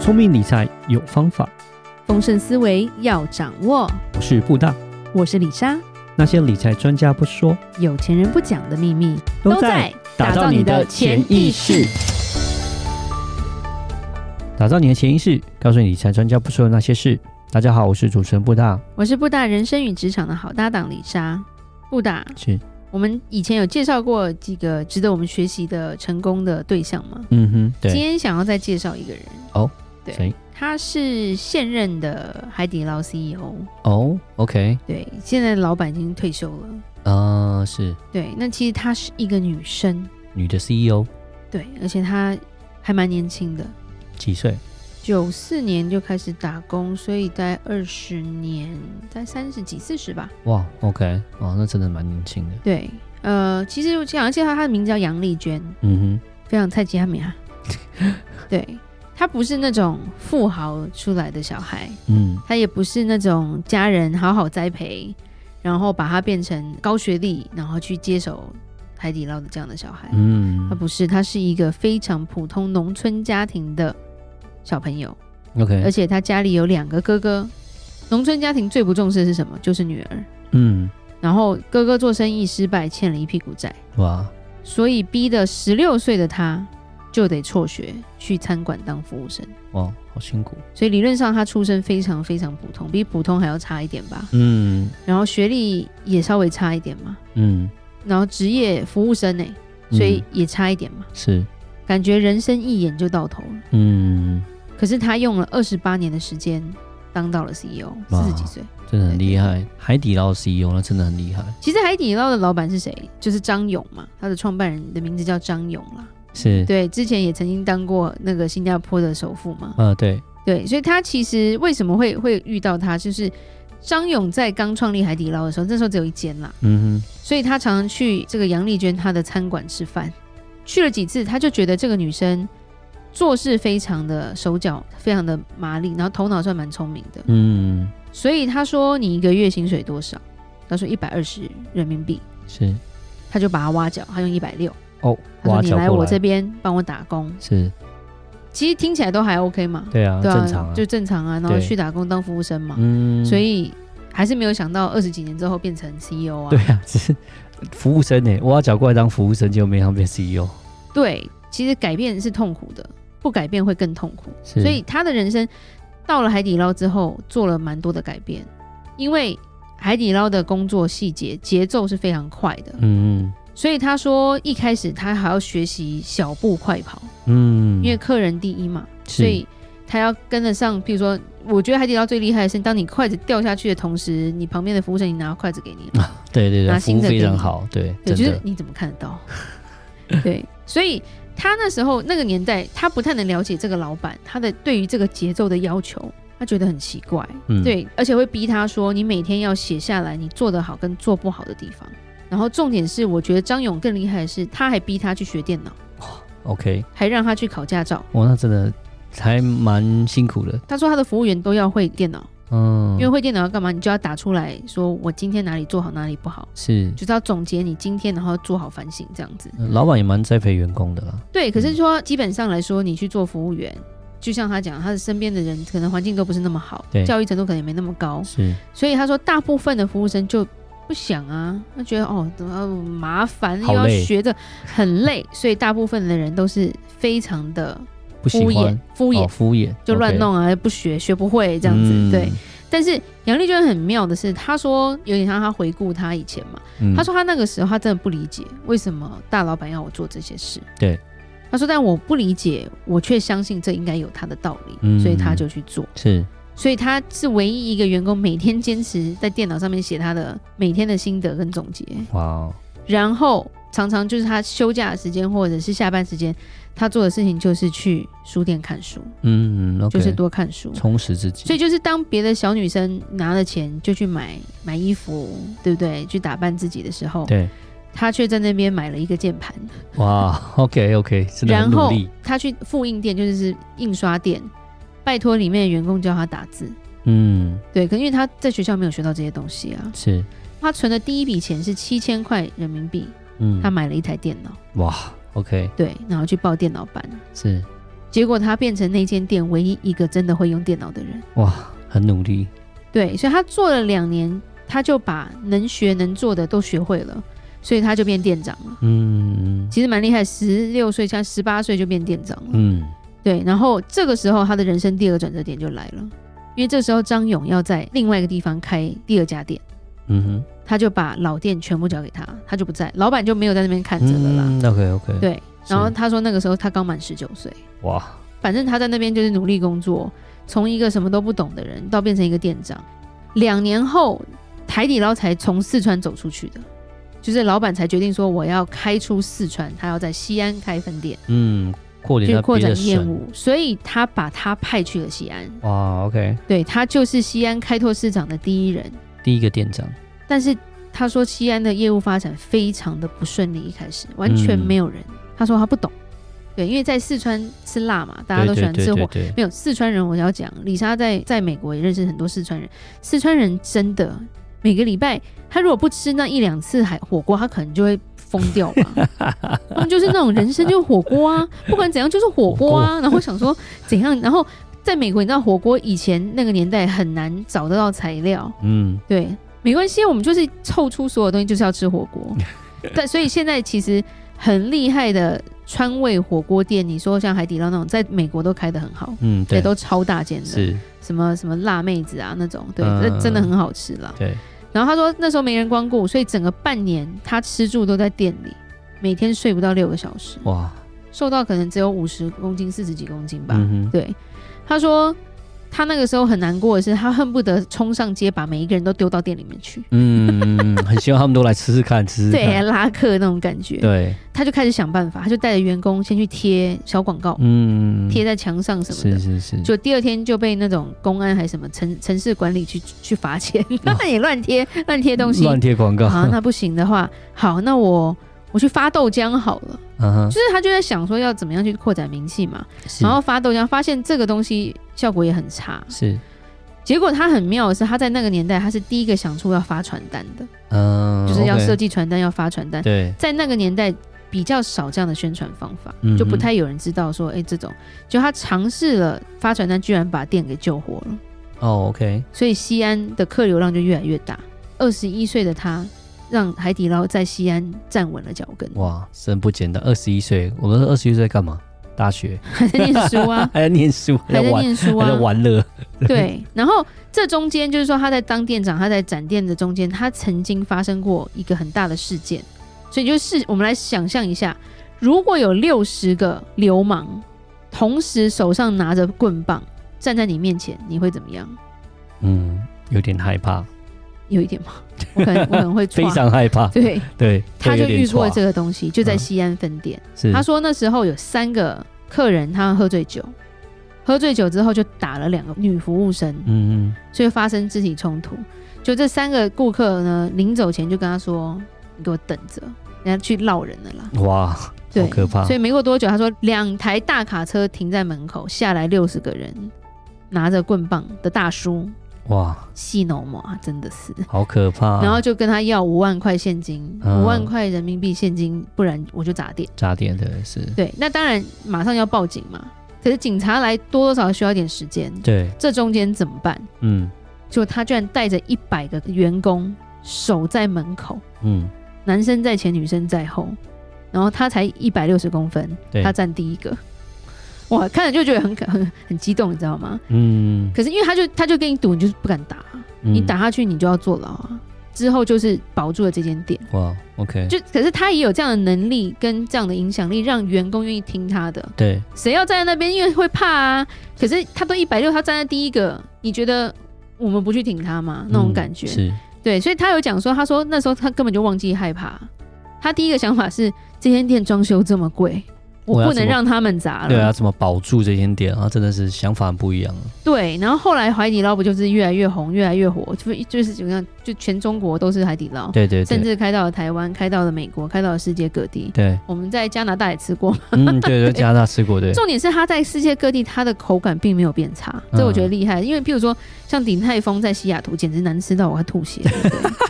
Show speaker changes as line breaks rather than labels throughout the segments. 聪明理财有方法，
丰盛思维要掌握。
我是布大。
我是李莎，
那些理财专家不说，
有钱人不讲的秘密
打造你的潜意识。，打造你的潜意识，告诉你理财专家不说的那些事。大家好，我是主持人布大，
我是布达人生与职场的好搭档李莎。布达，
是，
我们以前有介绍过几个值得我们学习的成功的对象吗？
嗯哼，
今
对，
天想要再介绍一个人，对
谁？
他是现任的海底捞 CEO，
哦，OK，
对，现在老板已经退休了。
呃，是
对，那其实她是一个女生，
女的 E CEO，
对，而且她还蛮年轻的，
几岁？
九四年就开始打工，所以待二十年，待三十几、四十吧。
哇，OK，哇，那真的蛮年轻的。
对，呃，其实我想要介绍她的名字叫杨丽娟，
嗯
非常菜鸡阿米哈。对，她不是那种富豪出来的小孩，
哼，嗯
她也不是那种家人好好栽培，然后把她变成高学历，然后去接手海底捞的这样的小孩。她
嗯
不是，她是一个非常普通农村家庭的小朋友。而
，OK，
且他家里有两个哥哥。农村家庭最不重视的是什么？就是女儿。
嗯，
然后哥哥做生意失败，欠了一屁股债，
哇，
所以逼得十六岁的他就得辍学去餐馆当服务生。
哇，好辛苦。
所以理论上他出身非常非常普通，比普通还要差一点吧。
嗯
然后学历也稍微差一点嘛。
嗯，
然后职业服务生呢、欸
嗯
所以也差一点嘛。
是，
感觉人生一眼就到头了。
嗯，
可是他用了二十八年的时间当到了 CEO，四
哇
十几岁。
真的很
对
厉害。海底捞 CEO 那真的很厉害，
其实海底捞的老板是谁？就是张勇嘛，他的创办人的名字叫张勇啦。
是，
对，之前也曾经当过那个新加坡的首富嘛。
呃，对，
对，所以他其实为什么会会遇到他，就是张勇在刚创立海底捞的时候，那时候只有一间啦，
嗯哼，
所以他常常去这个杨丽娟她的餐馆吃饭，去了几次，他就觉得这个女生做事非常的手脚非常的麻利，然后头脑算蛮聪明的，
嗯，
所以他说你一个月薪水多少？他说一百二十人民币。
是，
他就把他挖角，他用一百六，
哦，
他
挖
说你
角
来
过
我这边帮我打工，
是，
其实听起来都还 OK 嘛，
对啊，
啊，
正常啊，
就正常啊，然后
对
去打工当服务生嘛，
嗯，
所以还是没有想到二十几年之后变成 CEO 啊，
对啊， 只是服务生呢，挖角过来当服务生，就没想变 CEO，
对其实改变是痛苦的，不改变会更痛苦，
是
所以他的人生到了海底捞之后做了蛮多的改变，因为海底捞的工作细节节奏是非常快的，
嗯
所以他说一开始他还要学习小步快跑，
嗯，
因为客人第一嘛。
所
所以他要跟得上。譬如说，我觉得海底捞最厉害的是，当你筷子掉下去的同时，你旁边的服务生已经拿筷子给你了，
对对
拿
对，服
新
务
的
非
给
常
你
好，对，
对，
嗯真
就是
的，
你怎么看得到？ 对，所以他那时候那个年代，他不太能了解这个老板他的对于这个节奏的要求，他觉得很奇怪。
嗯，
对，而且会逼他说，你每天要写下来你做得好跟做不好的地方。然后重点是，我觉得张勇更厉害的是，他还逼他去学电脑，
，OK，
还让他去考驾照。
哇，那真的还蛮辛苦的，
他说他的服务员都要会电脑。
嗯，
因为会电脑要干嘛，你就要打出来说我今天哪里做好，哪里不好，
是。
就是要总结你今天，然后做好反省这样子。
老嗯板也蛮栽培员工的啦，
对，可是说基本上来说，你去做服务员，就像他讲，他的身边的人可能环境都不是那么好
对，
教育程度可能也没那么高，
是，
所以他说大部分的服务生就不想啊，他觉得哦怎么麻烦，又
好
要
累
学着很累，所以大部分的人都是非常的
不喜
敷衍
欢，，
敷
哦
衍
敷衍，
就乱
OK 嗯
弄啊，不学学不会这样子，对。但是杨丽娟很妙的是，她说有点像她回顾她以前嘛，
嗯，
她说她那个时候她真的不理解为什么大老板要我做这些事。
对，
她说但我不理解，我却相信这应该有她的道理，
嗯
所以她就去做。
是，
所以她是唯一一个员工每天坚持在电脑上面写她的每天的心得跟总结，
哇哦，
然后常常就是她休假的时间或者是下班时间，她做的事情就是去书店看书，
嗯，OK，
就是多看书。
充实自己，
所以就是当别的小女生拿了钱就去买买衣服，对不对？去打扮自己的时候，
对，
她却在那边买了一个键盘，
哇，OK OK，真的
然
很努
后
力，
她去复印店，就是印刷店，拜托里面的员工教她打字。
嗯，
对，可因为她在学校没有学到这些东西啊。
是，
她存的第一笔钱是七千块人民币，
嗯
她买了一台电脑，
哇，OK，
对，然后去报电脑班。
是，
结果他变成那间店唯一一个真的会用电脑的人。
哇，很努力，
对，所以他做了两年，他就把能学能做的都学会了，所以他就变店长了。
嗯
其实蛮厉害，十六岁加十八岁就变店长了。
嗯，
对，然后这个时候他的人生第二个转折点就来了，因为这时候张勇要在另外一个地方开第二家店，
嗯哼，
他就把老店全部交给他，他就不在，老板就没有在那边看着了啦。
嗯，OK OK，，
对，然后
是
他说那个时候他刚满十九岁，
哇，
反正他在那边就是努力工作，从一个什么都不懂的人到变成一个店长。两年后，海底捞才从四川走出去的，就是老板才决定说我要开出四川，他要在西安开分店，
嗯，扩点
就
到
扩
别
展
的
业
省，
务，所以他把他派去了西安，
哇，OK，
对他就是西安开拓市场的第一人。
第一个店长，
但是他说西安的业务发展非常的不顺利，一开始完全
嗯
没有人，他说他不懂，对，因为在四川吃辣嘛，大家都喜欢
对
吃
对
火
对对对，
没有四川人，我要讲，李莎在在美国也认识很多四川人，四川人真的每个礼拜，他如果不吃那一两次海火锅，他可能就会疯掉 吧。他们就是那种人生就是火锅啊，不管怎样就是火锅啊。然后想说怎样，然后在美国你知道火锅以前那个年代很难找得到材料，
嗯，
对，没关系，我们就是凑出所有东西，就是要吃火 锅。但所以现在其实很厉害的川味火锅店，你说像海底捞那种，在美国都开得很好，
嗯，对，
也都超大间的，
是，
什么什么辣妹子啊那种，对，
嗯
这、真的很好吃啦。
对，
然后他说那时候没人光顾，所以整个半年他吃住都在店里，每天睡不到六个小时，
哇，
瘦到可能只有五十公斤、四十几公斤吧。
嗯哼，
对，他说他那个时候很难过的是，他恨不得冲上街把每一个人都丢到店里面去。
嗯，很希望他们都来吃吃看，吃吃
对，
看，
拉客那种感觉。
啊对，
他就开始想办法，他就带着员工先去贴小广告，
嗯，
贴在墙上什么
是
的。
是是，
就第二天就被那种公安还是什么城城市管理去去罚钱，那你乱贴乱贴东西，
哦乱贴啊广告，
好，那不行的话，好，那我我去发豆浆好了。
嗯哼
就，是他就在想说要怎么样去扩展名气嘛，
是
然后发豆浆，发现这个东西效果也很差。
是，
结果他很妙的是，他在那个年代他是第一个想出要发传单的，
嗯，
就是要
OK，
设计传单，要发传单。
对，
在那个年代比较少这样的宣传方法，
嗯哼
就不太有人知道说，哎、这种就他尝试了发传单，居然把店给救活了，
哦，OK，
所以西安的客流量就越来越大。二十一岁的他，让海底捞在西安站稳了脚跟，
哇，真不简单，二十一岁，我们二十一岁在干嘛？大学
还在念书 啊，
还在念书，还
还
在
在
玩，
念书
还在
啊，
玩乐，
对。然后这中间就是说，他在当店长，他在展店的中间，他曾经发生过一个很大的事件，所以就是我们来想象一下，如果有六十个流氓同时手上拿着棍棒站在你面前，你会怎么样？
嗯，有点害怕，
有一点吗？我可能我可能 会
非
抓
常害怕，
对，
对，
他
会
就
有点
遇过
抓
这个东西，就在
嗯
西安分店。
是，
他说那时候有三个客人，他喝醉酒，喝醉酒之后就打了两个女服务生，
嗯，
所以发生肢体冲突。就这三个顾客呢，临走前就跟他说：“你给我等着，人家去闹人了啦。
嗯，哇，”
对
好，可怕
所，以没过多久，他说两台大卡车停在门口，下来六十个人，拿着棍棒的大叔
哇，
戏弄我啊，真的是。
好可怕，
然后就跟他要五万块现金，
嗯
五万块人民币现金，不然我就砸店。
炸店的是，
对，那当然马上要报警嘛。可是警察来多多少少需要一点时间，
对，
这中间怎么办？
嗯
就他居然带着一百个员工守在门口，
嗯，
男生在前，女生在后，然后他才一百六十公分，
对，
他占第一个。哇，看着就觉得很可很很激动，你知道吗？
嗯，
可是因为他就他就跟你赌，你就是不敢打，啊
嗯
你打下去你就要坐牢啊。之后就是保住了这间店，
哇，OK，
就可是他也有这样的能力跟这样的影响力，让员工愿意听他的。
对，
谁要站在那边？因为会怕啊。可是他都一百六，他站在第一个，你觉得我们不去挺他吗？那种
嗯
感觉。
是，
对，所以他有讲说，他说那时候他根本就忘记害怕，他第一个想法是这间店装修这么贵，
我
我
要
不能
怎么
让他们砸了。
对啊，怎么保住这间店啊？真的是想法很不一样啊，
对然后后来海底捞不就是越来越红，越来越火，就就是怎么样，就全中国都是海底捞，
对对
甚
对
至开到了台湾，开到了美国，开到了世界各地。
对，
我们在加拿大也吃过，
嗯，对对，加拿大吃过，对，
重点是它在世界各地，它的口感并没有变差，
嗯
这我 觉得厉害。因为譬如说，像鼎泰丰在西雅图，简直难吃到我快吐血，对不对
没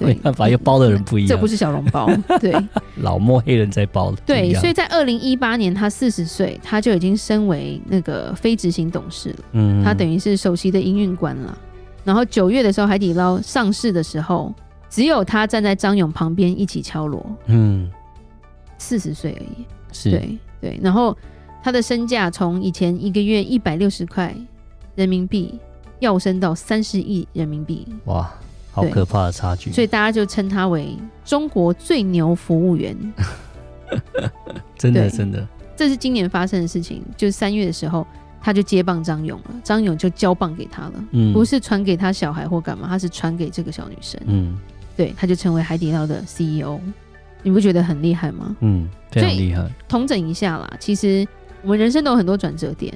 对，
办法，又哎包的人不一
这
样，
不是小笼包，对
老墨黑人在包的， 不一
对，
样
所以在二零一八年，他四十岁，他就已经升为那个非执行董事了。
嗯
他等于是首席的营运官了。然后九月的时候，海底捞上市的时候，只有他站在张勇旁边一起敲锣，
嗯
四十岁而已。
是
对对，然后他的身价从以前一个月一百六十块人民币，要升到三十亿人民币，
哇，好
对
可怕的差距，
所以大家就称他为中国最牛服务 员。
真的
对
真的
这是今年发生的事情，就是三月的时候，他就接棒张勇了，张勇就交棒给他了，
嗯
不是传给他小孩或干嘛，他是传给这个小女生。
嗯
对，他就成为海底捞的 CEO，你不觉得很厉害吗？
嗯非常
所以
厉害，
统整一下啦，其实我们人生都有很多转折点，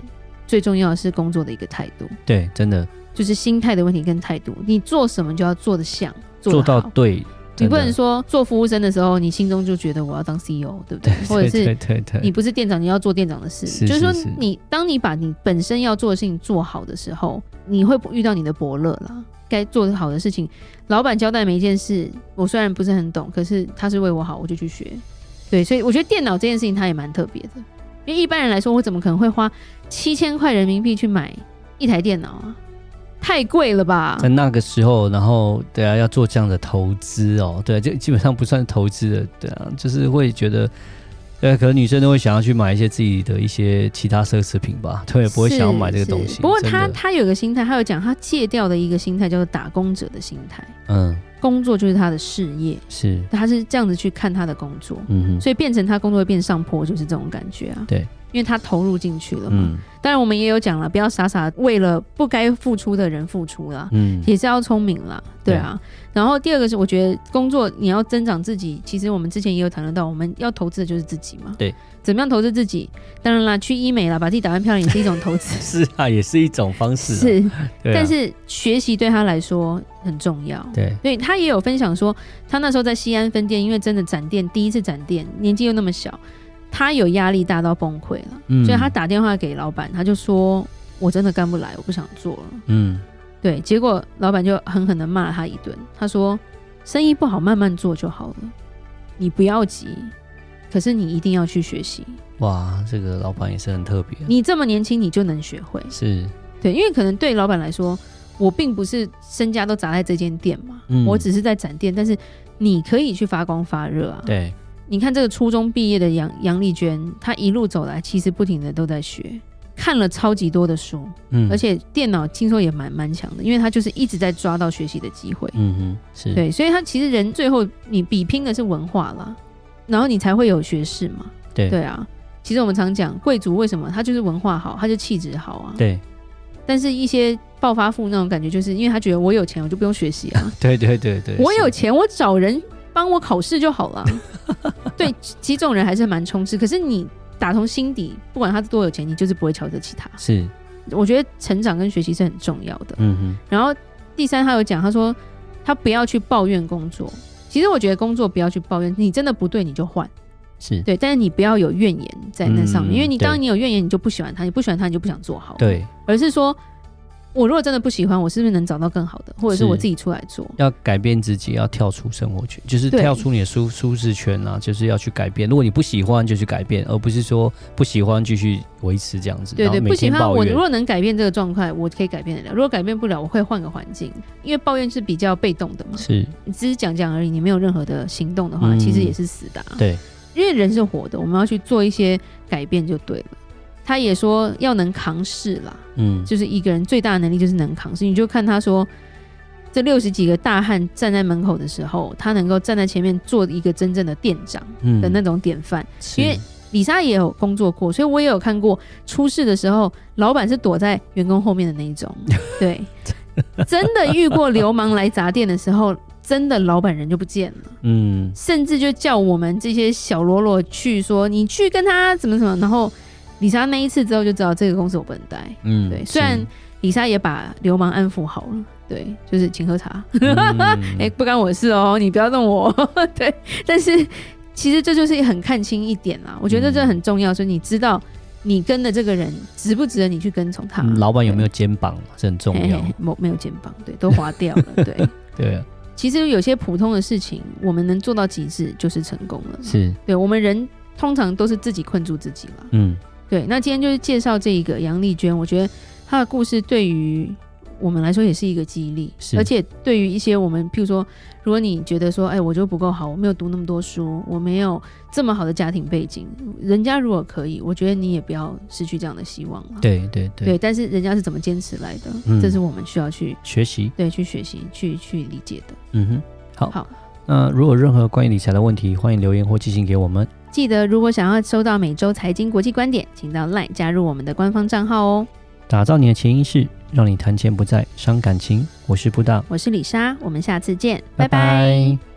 最重要的是工作的一个态度，
对，真的
就是心态的问题跟态度。你做什么就要做得像，
做
得
到
好。
对，
你
真
不
的
能说做服务生的时候，你心中就觉得我要当 CEO，对不对？或
对
者是
对对
你
对，
不是店长，你要做店长的事。
是
就是说
是
你当你把你本身要做的事情做好的时候，你会遇到你的伯乐啦。该做好的事情，老板交代每一件事，我虽然不是很懂，可是他是为我好，我就去学。对，所以我觉得电脑这件事情它也蛮特别的，因为一般人来说，我怎么可能会花七千块人民币去买一台电脑啊？太贵了吧？
在那个时候，然后对啊，要做这样的投资哦，对、啊，就基本上不算投资的，对啊，就是会觉得，对、啊，可能女生都会想要去买一些自己的一些其他奢侈品吧， 对，不会想要买这个
是
东
是
西。
不过
真
他
的
他有个心态，他有讲他戒掉的一个心态叫做打工者的心态，
嗯
工作就是他的事业，
是
他是这样子去看他的工作，
嗯哼
所以变成他工作会变上坡，就是这种感觉啊。
对，
因为他投入进去了嘛。
嗯
当然，我们也有讲了，不要傻傻为了不该付出的人付出啦，
嗯
也是要聪明啦，对啊。然后第二个是，我觉得工作你要增长自己，其实我们之前也有谈论到，我们要投资的就是自己嘛。
对，。
怎么样投资自己？当然啦，去医美啦，把自己打扮漂亮也是一种投资
是啊，也 是一种方式、啊，
是，
对啊、
但是学习对他来说很重要。
对
对他也有分享说，他那时候在西安分店，因为真的展店第一次展店，年纪又那么小，他有压力大到崩溃了，
嗯
所以他打电话给老板，他就说：“我真的干不来，我不想做了。
嗯”
对，结果老板就狠狠的骂了他一顿，他说：“生意不好，慢慢做就好了，你不要急，可是你一定要去学习，
哇，这个老板也是很特别，啊
你这么年轻你就能学会。
是
对，因为可能对老板来说，我并不是身家都砸在这间店嘛，
嗯
我只是在展店，但是你可以去发光发热啊。，
对
你看这个初中毕业的杨杨丽娟，她一路走来，其实不停的都在学，看了超级多的书，
嗯，
而且电脑听说也蛮蛮强的，因为她就是一直在抓到学习的机会。
嗯哼是
对，所以她其实人最后你比拼的是文化啦，然后你才会有学识嘛。
对
对啊，其实我们常讲贵族为什么他就是文化好，他就气质好啊。
对
但是一些暴发户那种感觉，就是因为他觉得我有钱，我就不用学习啊，
对对对 对，
我有
是
钱，我找人帮我考试就好 了。对，其实这种人还是蛮充斥。可是你打从心底，不管他多有钱，你就是不会瞧得起他。
是
我觉得成长跟学习是很重要的。
嗯哼。
然后第三，他有讲，他说他不要去抱怨工作。其实我觉得工作不要去抱怨，你真的不对你就换，
是
对，但是你不要有怨言在那上面，
嗯
因为你
对
当你有怨言，你就不喜欢他，你不喜欢他，你就不想做好。
对，
而是说我如果真的不喜欢，我是不是能找到更好的，或者
是
是我自己出来做？
要改变自己，要跳出生活圈，就是
对
跳出你的舒舒适圈啊，就是要去改变。如果你不喜欢，就去改变，而不是说不喜欢继续维持这样子，
对
然
对，
后
不
每
喜
天
欢
抱
我
怨
如。果能改变这个状况，我可以改变得了；如果改变不了，我会换个环境。因为抱怨是比较被动的嘛，
是，
你只是讲讲而已，你没有任何的行动的话，
嗯
其实也是死的、啊。
对，
因为人是活的，我们要去做一些改变就对了。他也说要能扛事啦，
嗯，
就是一个人最大的能力就是能扛事。你就看他说，这六十几个大汉站在门口的时候，他能够站在前面做一个真正的店长
嗯
的那种典范。
是
因为李莎也有工作过，所以我也有看过出事的时候，老板是躲在员工后面的那一种。 对，真的遇过流氓来砸店的时候，真的老板人就不见了，
嗯，
甚至就叫我们这些小喽啰去说你去跟他怎么怎么。然后李莎那一次之后就知道这个公司我不能待。
嗯，
对，
是
虽然李莎也把流氓安抚好了，对，就是请喝茶。
嗯
哎、不干我的事哦，你不要弄我。 对，但是其实这就是很看清一点啦，我觉得
嗯
这很重要，所以你知道你跟的这个人值不值得你去跟从他。
嗯老板有没有肩膀是很重要
嘿嘿，没没有肩膀，对，都划掉了，对。
对啊，
其实有些普通的事情，我们能做到极致就是成功了。
是，
对我们人通常都是自己困住自己了。
嗯，
对，那今天就是介绍这一个杨丽娟，我觉得她的故事对于我们来说也是一个激励，
是
而且对于一些我们，譬如说，如果你觉得说，哎，我就不够好，我没有读那么多书，我没有这么好的家庭背景，人家如果可以，我觉得你也不要失去这样的希望了。
对对对，
对，但是人家是怎么坚持来的，
嗯
这是我们需要去
学习，
对去学习、去去理解的。
嗯哼，好。
好
那如果有任何关于理财的问题，欢迎留言或寄信给我们。
记得，如果想要收到每周财经国际观点，请到 LINE 加入我们的官方账号哦。
打造你的潜意识，让你谈钱不再伤感情。我是布大，
我是李莎，我们下次见，拜拜
拜